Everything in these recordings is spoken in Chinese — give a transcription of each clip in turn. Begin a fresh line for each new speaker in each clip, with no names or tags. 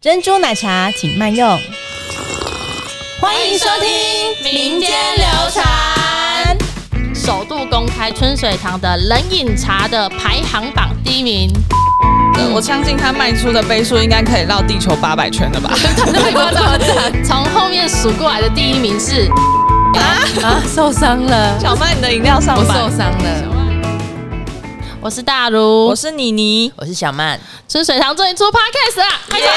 珍珠奶茶请慢用。
欢迎收听民间流传。首度公开春水堂的冷饮茶的排行榜第一名，
呃我相信他卖出的杯数应该可以绕地球八百圈了吧？
太夸张了！从后面数过来的第一名是
啊，受伤了，
小麦，你的饮料上
我受
榜。
伤了，
我是大如，
我是妮妮，
我是小曼，
春水堂终于出 podcast 啦，开场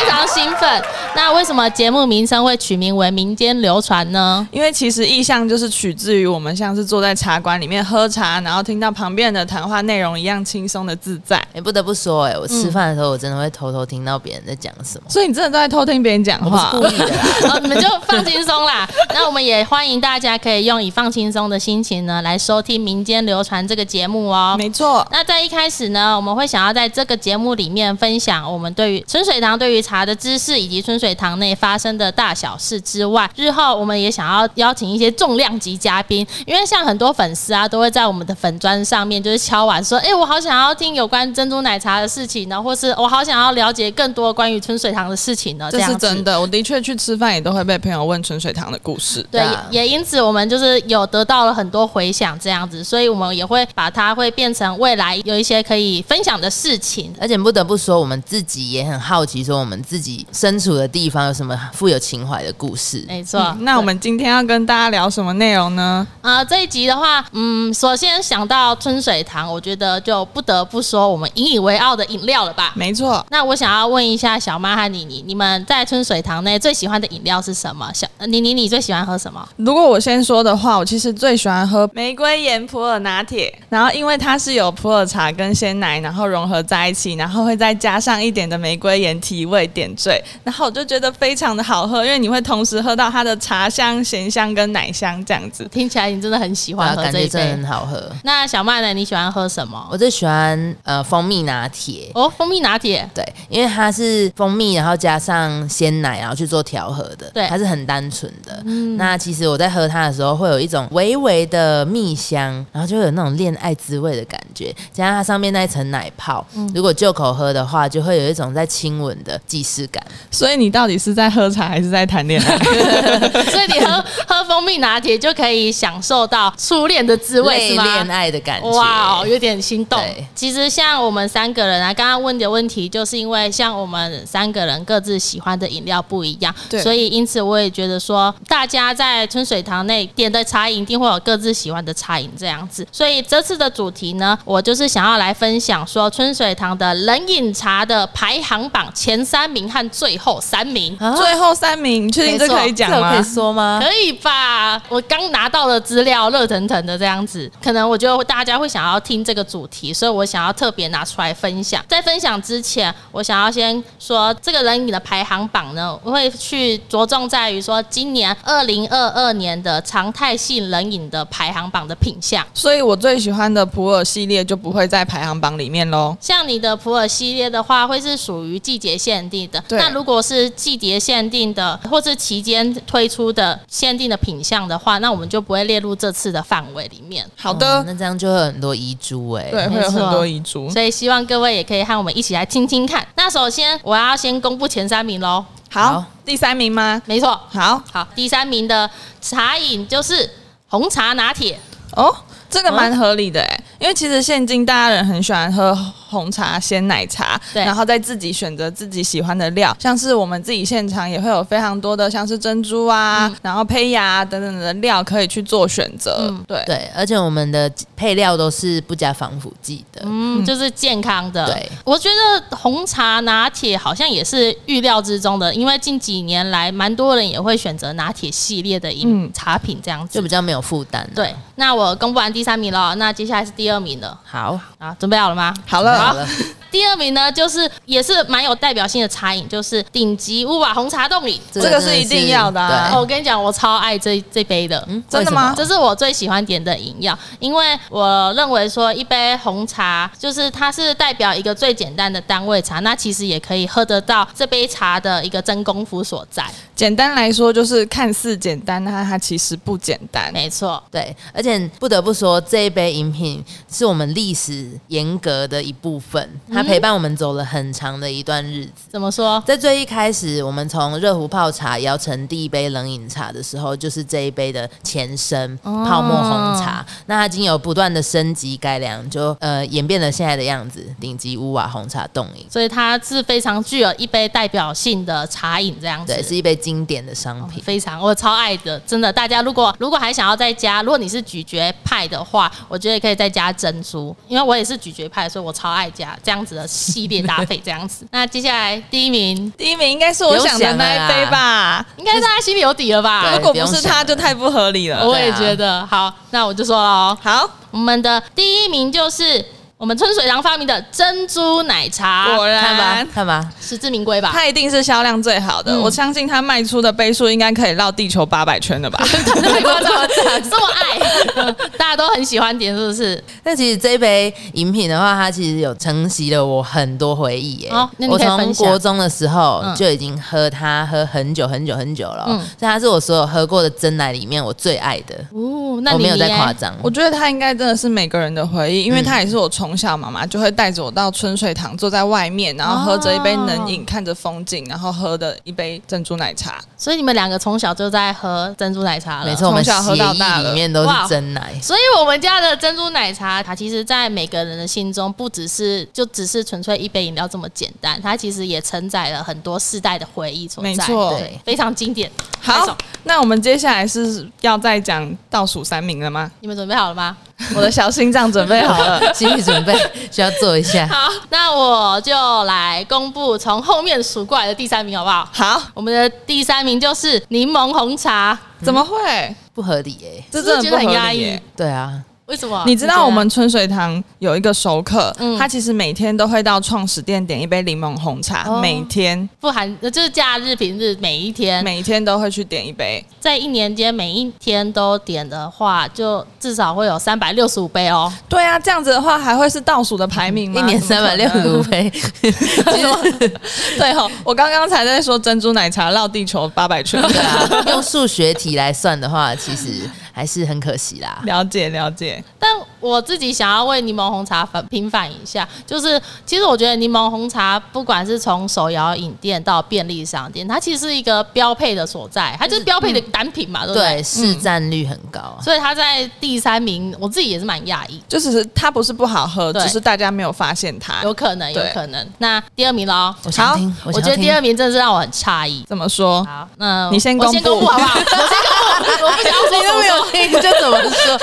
非常兴奋。那为什么节目名称会取名为民间流传呢？
因为其实意象就是取自于我们像是坐在茶馆里面喝茶，然后听到旁边人的谈话内容一样轻松的自在。
哎、不得不说、哎，我吃饭的时候我真的会偷偷听到别人在讲什么，
所以你真的都在偷听别人讲
我不是
话？
故意的啦。
哦，你们就放轻松啦。 那我们也欢迎大家可以用以放轻松的心情呢，来收听民间流传这个节目哦。
没错，
那在一开始呢，我们会想要在这个节目里面分享我们对于春水堂对于茶的知识，以及春水堂内发生的大小事之外，日后我们也想要邀请一些重量级嘉宾，因为像很多粉丝啊，都会在我们的粉砖上面就是敲碗说，哎、我好想要听有关珍珠奶茶的事情呢，或是我好想要了解更多关于春水堂的事情呢，这
这
样
是
子。
真的。我的确去吃饭也都会被朋友问春水堂的故事。
对
啊，
也也因此我们就是有得到了很多回响，这样子，所以我们也会把它会变成未来有一些可以分享的事情。
而且不得不说，我们自己也很好奇，说我们自己身处的地方有什么富有情怀的故事。
没错，
嗯
嗯
那我们今天要跟大家聊什么内容呢？
呃这一集的话，嗯，首先想到春水堂，我觉得就不得不说我们引以为傲的饮料了吧。
没错，
那我想要问一下小妈和妮妮，你们在春水堂内最喜欢的饮料是什么？小呃妮妮，你最喜欢喝什么？
如果我先说的话，我其实最喜欢喝玫瑰盐普洱拿铁，然后因为它是有普洱茶跟鲜奶，然后融合在一起，然后会再加上一点的玫瑰盐提味点缀，然后我就觉得非常的好喝，因为你会同时喝到它的茶香、咸香跟奶香这样子。
听起来你真的很喜
哇，
欢喝
啊感
这一
觉真的
杯
很。好喝。
那小曼呢？你喜欢喝什么？
我最喜欢呃蜂蜜拿铁，
哦，蜂蜜拿铁。
对，因为它是蜂蜜，然后加上鲜奶，然后去做调和的，
对
它是很单纯的。
嗯
那其实我在喝它的时候，会有一种微微的蜜香，然后就会有那种恋爱滋味的感觉，加上它上面那一层奶泡，
嗯
如果就口喝的话，就会有一种在亲吻的既视感。
所以你到底是在喝茶还是在谈恋爱？
所以你喝喝蜂蜜拿铁就可以享受到初恋的滋味，
类
是吗？
恋爱的感觉。
哦
哇，哦有点心动
对。
其实像我们三个人啊，刚刚问的问题，就是因为像我们三个人各自喜欢的饮料不一样，
对
所以因此我也觉得说，大家在春水堂内点的茶饮一定会有各自喜欢的茶饮这样子。所以这次的主题呢，我就是想要来分享说春水堂的冷饮茶的排行榜前三名和最后三名。
啊
最后三名，你确定这可以讲
这我可
吗
以？说吗？
可以吧？我刚拿到的资料，热腾腾的这样子，可能我觉得大家会想要听这个主题，所以我想要特别拿出来分享。在分享之前，我想要先说这个人影的排行榜呢，我会去着重在于说今年二零二二年的常态性冷饮的排行榜的品相。
所以我最喜欢的普洱系列就不会在排行榜里面喽。
像你的普洱系列的话，会是属于季节限定的。
对
那如果是季节限定的，或是期间推出的限定的品相的话，那我们就不会列入这次的范围里面。
好的，
嗯那这样就会有很多遗珠哎、
对，会有很多遗珠。
所以希望各位也可以和我们一起来听听看。那首先我要先公布前三名喽，
好
好，
第三名吗？
没错，
好
好，第三名的茶饮就是红茶拿铁，
哦，这个蛮合理的哎、因为其实现今大家人很喜欢喝红茶、鲜奶茶，
对
然后再自己选择自己喜欢的料，像是我们自己现场也会有非常多的像是珍珠啊，然后胚芽、啊、等等的料可以去做选择，对。
对，而且我们的配料都是不加防腐剂的。
嗯，就是健康的。
对，
我觉得红茶拿铁好像也是预料之中的，因为近几年来蛮多人也会选择拿铁系列的饮
嗯
茶品这样子。
就比较没有负担、啊。
对，那我公布完第三名了，那接下来是第二名了
好，
啊，准备好了吗？
好了，
好了，
第二名呢，就是也是蛮有代表性的茶饮，就是顶级乌瓦红茶冻饮。
这
这个
真的
是一定要的啊
对
哦，我跟你讲，我超爱这这杯的，
嗯
真的
为什么
吗
这是我最喜欢点的饮料，因为我认为说一杯红茶就是它是代表一个
嗯
最简单的单位茶，那其实也可以喝得到这杯茶的一个真功夫所在。
简单来说，就是看似简单，但它其实不简单。
没错，
对，而且不得不说，这一杯饮品是我们历史严格的一部分，
嗯
它陪伴我们走了很长的一段日子。
怎么说？
在最一开始，我们从热壶泡茶摇成第一杯冷饮茶的时候，就是这一杯的前身
哦
泡沫红茶。那它经有不断的升级改良，就呃演变了现在的样子，顶级乌瓦红茶冻饮。
所以它是非常具有一杯代表性的茶饮这样子。
对，是一杯经典的商品。
非常，我超爱的，真的。大家如果如果还想要再加，如果你是咀嚼派的话，我觉得可以再加珍珠，因为我也是咀嚼派，所以我超爱加这样子的系列搭配这 样子。那接下来第一名，
第一名应该是我想的那一杯吧，
应该大家心里有底了哦吧
对？
如果不是它，就太不合理了。
我也觉得，好，那我就说了哦，
好，
我们的第一名就是我们春水堂发明的珍珠奶茶，
果
看
然
吧，看吧，
实至名归吧？
它一定是销量最好的。
嗯
我相信它卖出的杯数应该可以绕地球八百圈 了吧？
太夸张了， 是我爱，大家都很喜欢点，是不是？
那其实这一杯饮品的话，它其实有承袭了我很多回忆耶。
哦那你
我
可以
从
分享
国中的时候
嗯
就已经喝它，喝很久很久很久了哦、
嗯
所以它是我所有喝过的真奶里面我最爱的。
哦，那
我
你
没有在
耶
夸张，
我觉得它应该真的是每个人的回忆，因为它也是我从小妈妈就会带着我到春水堂坐在外面，然后喝着一杯冷饮，看着风景，然后喝的一杯珍珠奶茶。
所以你们两个从小就在喝珍珠奶茶了，
没错，我们协
从小喝到大
议里
了
面都是
哇
真奶。
所以我们家的珍珠奶茶，它其实，在每个人的心中，不只是就只是纯粹一杯饮料这么简单，它其实也承载了很多世代的回忆存在，
没错
对
非常经典。拍手
好，那我们接下来是要再讲倒数三名了吗？
你们准备好了吗？
我的小心脏准备好了。
心理准备需要做一下。
好，那我就来公布从后面数过来的第三名，好不好？
好，
我们的第三名就是柠檬红茶，
怎么会？
不合理耶、
这
是不
真
是觉
的不
得
合
很压
理
抑
耶。
对啊，
为什么？
你知
觉
道
得
我们春水堂有一个熟客，
嗯
他其实每天都会到创始店点一杯柠檬红茶，
哦
每天
不含，呃就是假日、平日每一
嗯
天，
每天都会去点一杯。
在一年间每一天都点的话，就至少会有三百六十五杯哦。
对啊，这样子的话还会是倒数的排名
嗯
吗？
一年
怎
三
么可
百
能
六十五杯，
对哦， 我刚刚才在说珍珠奶茶绕地球八百圈。
对啊，用数学题来算的话，其实还是很可惜啦。
了解了解，
但我自己想要为柠檬红茶反平反一下，就是其实我觉得柠檬红茶，不管是从手摇饮店到便利商店，它其实是一个标配的所在，它
嗯
就是标配的单品嘛，对不嗯对？
对，市占率很高啊。
所以它在第三名，我自己也是蛮讶异，
就只是它不是不好喝，
对
只是大家没有发现它。
有可能，有
对
可能。那第二名喽，
我想
好
听，
我
想
觉得
听
第二名真的是让我很诧异。
怎么说？
好，那
你先
我先
公
公布
布
好 不好？我先公布，我不想要说
你都
什么
没
时候
有听，就怎么说？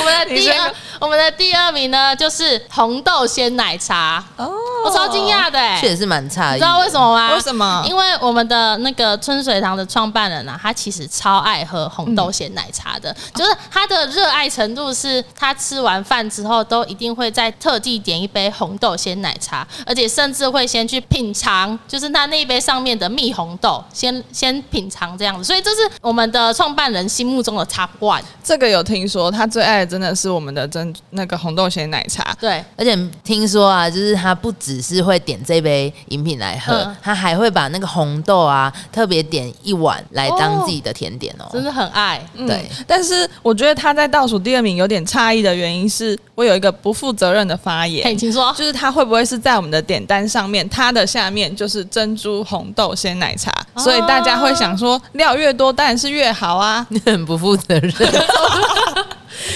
我们的
你
第
先
二，我们的第二名呢，就是红豆鲜奶茶，
哦，
我超惊讶的、欸，
确实是蛮差异的。
你知道为什么吗？
为什么
因为我们的那个春水堂的创办人啊，他其实超爱喝红豆鲜奶茶的，就是他的热爱程度是，他吃完饭之后都一定会再特地点一杯红豆鲜奶茶，而且甚至会先去品尝，就是他那一杯上面的蜜红豆，先先品尝这样子，所以这是我们的创办人心目中的 top one，
这个有听说，他最爱的真的是我们的珍那个红豆鲜奶茶。
对。
而且听说啊，就是他不只是会点这杯饮品来喝，
嗯
他还会把那个红豆啊特别点一碗来当自己的甜点哦。
真的很爱，
对，
嗯但是我觉得他在倒数第二名有点诧异的原因是，我有一个不负责任的发
嘿，
言，
请说。
就是他会不会是在我们的点单上面，他的下面就是珍珠红豆鲜奶茶，
哦
所以大家会想说料越多当然是越好啊。
很不负责任。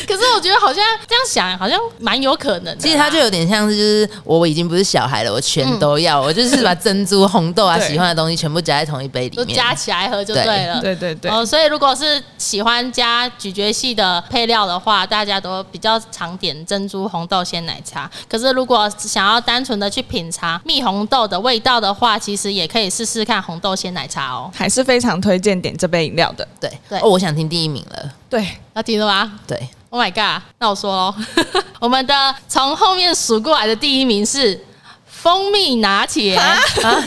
可是我觉得好像这样想，好像蛮有可能的啦。
其实它就有点像是，就是我已经不是小孩了，我全都要，我就是把珍珠、红豆啊
对
喜欢的东西全部加在同一杯里
都
面。
加起来喝就对了。
对对对，
哦，所以如果是喜欢加咀嚼系的配料的话，大家都比较常点珍珠红豆鲜奶茶。可是如果想要单纯的去品尝蜜红豆的味道的话，其实也可以试试看红豆鲜奶茶哦。
还是非常推荐点这杯饮料的。
对
对
哦，我想听第一名了。
对，
要听了吗
对，
？Oh my god！那我说喽， 我们的从后面数过来的第一名是蜂蜜拿铁。
啊，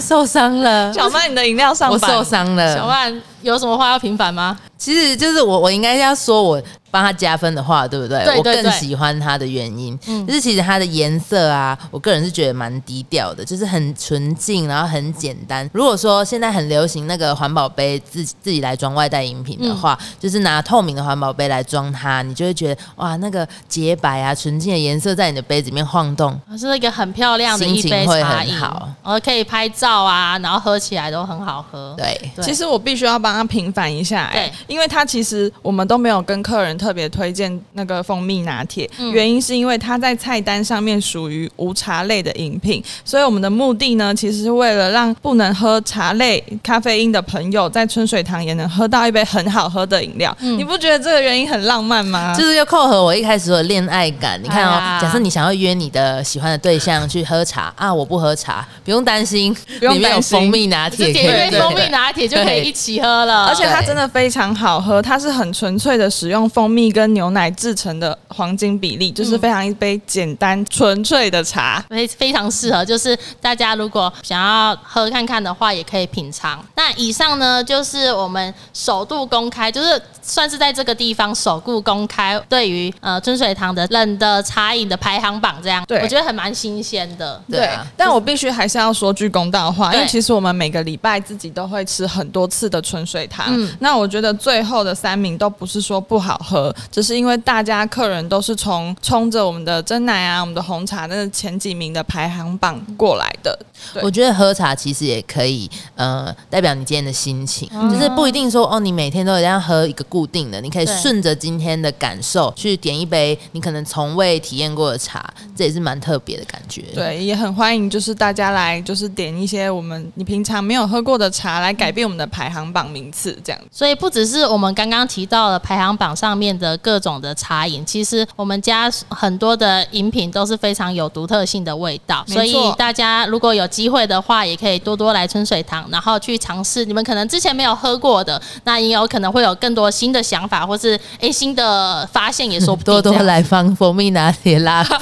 受伤了，
小曼，你的饮料上
我
榜
受，伤
小
了。
万，有什么话要平反吗？
其实就是我，我应该要说我帮他加分的话，对不对？
对对
我
对
更喜欢它的原因，
嗯
就是其实它的颜色啊，我个人是觉得蛮低调的，就是很纯净，然后很简单。如果说现在很流行那个环保杯自自己来装外带饮品的
嗯
话，就是拿透明的环保杯来装它，你就会觉得哇，那个洁白啊、纯净的颜色在你的杯子里面晃动，
哦是一个很漂亮的一
心
杯
情会
茶
很
饮，
好
然后可以拍照啊，然后喝起来都很好喝。
对。
对，
其实我必须要帮他平反一下、哎
对
因为他其实我们都没有跟客人特别推荐那个蜂蜜拿铁，
嗯
原因是因为它在菜单上面属于无茶类的饮品，所以我们的目的呢，其实是为了让不能喝茶类咖啡因的朋友在春水堂也能喝到一杯很好喝的饮料。你不觉得这个原因很浪漫
嗯
吗？
就是又扣合我一开始说的恋爱感。你看哦，
哎呀
假设你想要约你的喜欢的对象去喝茶啊，我不喝茶，不用担心，
不用
里面有
担心
蜂蜜拿铁可
就点
以喝，
一杯
对
蜂蜜拿铁就可以一起喝了，
而且它
呃对
真的非常好喝，它是很纯粹的使用蜂蜜跟牛奶制成的黄金比例，
嗯
就是非常一杯简单纯粹的茶。
非非常适合，就是大家如果想要喝看看的话，也可以品尝。那以上呢，就是我们首度公开，就是算是在这个地方首度公开对于呃春水堂的冷的茶饮的排行榜这样，
对
我觉得很蛮新鲜的。
对啊
但我必须还是要说句公道话，因为
对
其实我们每个礼拜自己都会吃很多次的春水堂。
嗯
那我觉得最后的三名都不是说不好喝，只是因为大家客人都是从冲着我们的真奶啊、我们的红茶那前几名的排行榜过来的。对
我觉得喝茶其实也可以，呃，代表你今天的心情，就是不一定说哦，你每天都一定要喝一个固定的，你可以
对
顺着今天的感受去点一杯你可能从未体验过的茶，这也是蛮特别的感觉。
对，也很欢迎，就是大家来，就是点一些我们你平常没有喝过的茶，来改变我们的排行榜名次，这样子。
所以不只是我们刚刚提到了排行榜上面的各种的茶饮，其实我们家很多的饮品都是非常有独特性的味道。
没
所
错
以大家如果有机会的话，也可以多多来春水堂，然后去尝试你们可能之前没有喝过的，那也有可能会有更多新的想法，或是诶新的发现也说不定。
多 多
这样，
来放蜂蜜拿铁拉票，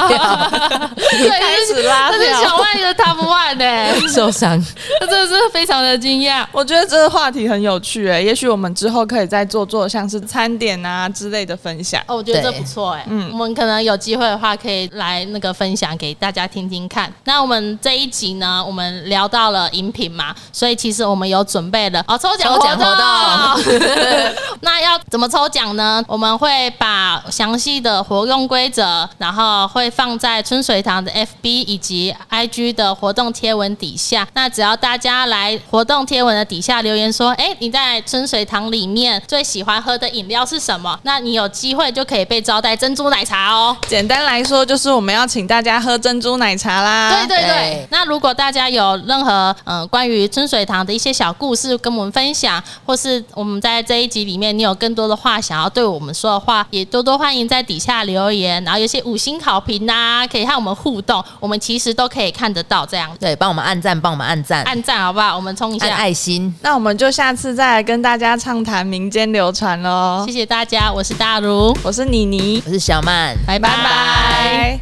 对，这是
拉
这是小万的 Top One 哎、
受伤。
这真的是非常的惊讶。
我觉得这个话题很有趣诶、也许我们之后可以再做做像是餐点啊之类的分享。
哦，我觉得这
对
不错哎、我们可能有机会的话，可以来那个分享给大家听听看。那我们这一集呢，我们聊到了饮品嘛，所以其实我们有准备了哦，抽奖
抽奖
活动。 那要怎么抽奖呢？我们会把详细的活动规则，然后会放在春水堂的 FB 以及 IG 的活动贴文底下。那只要大家来活动贴文的底下留言说，哎、你在春水堂里面最喜欢喝的饮料是什么？那你有机会就可以被招待珍珠奶茶哦。
简单来说，就是我们要请大家喝珍珠奶茶啦。
对对对
对。
那如果大家有任何呃关于春水堂的一些小故事跟我们分享，或是我们在这一集里面你有更多的话想要对我们说的话，也多多欢迎在底下留言，然后有些五星好评啊，可以和我们互动，我们其实都可以看得到这样。
对，帮我们按赞，帮我们按赞，
按赞好不好？我们冲一
按
下，
爱心。
那我们就下次再来跟大家畅谈民间流传喽
谢。谢大家，我是大如，
我是妮妮，
我是小曼，
拜拜
拜。拜。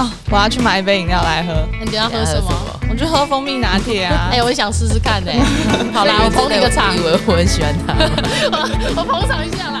哦，我要去买一杯饮料来喝，
那你要喝什么？
我就喝蜂蜜拿铁啊。
哎、我也想试试看呢、好啦，我捧你个场
以，为我很喜欢他。
我捧场一下啦。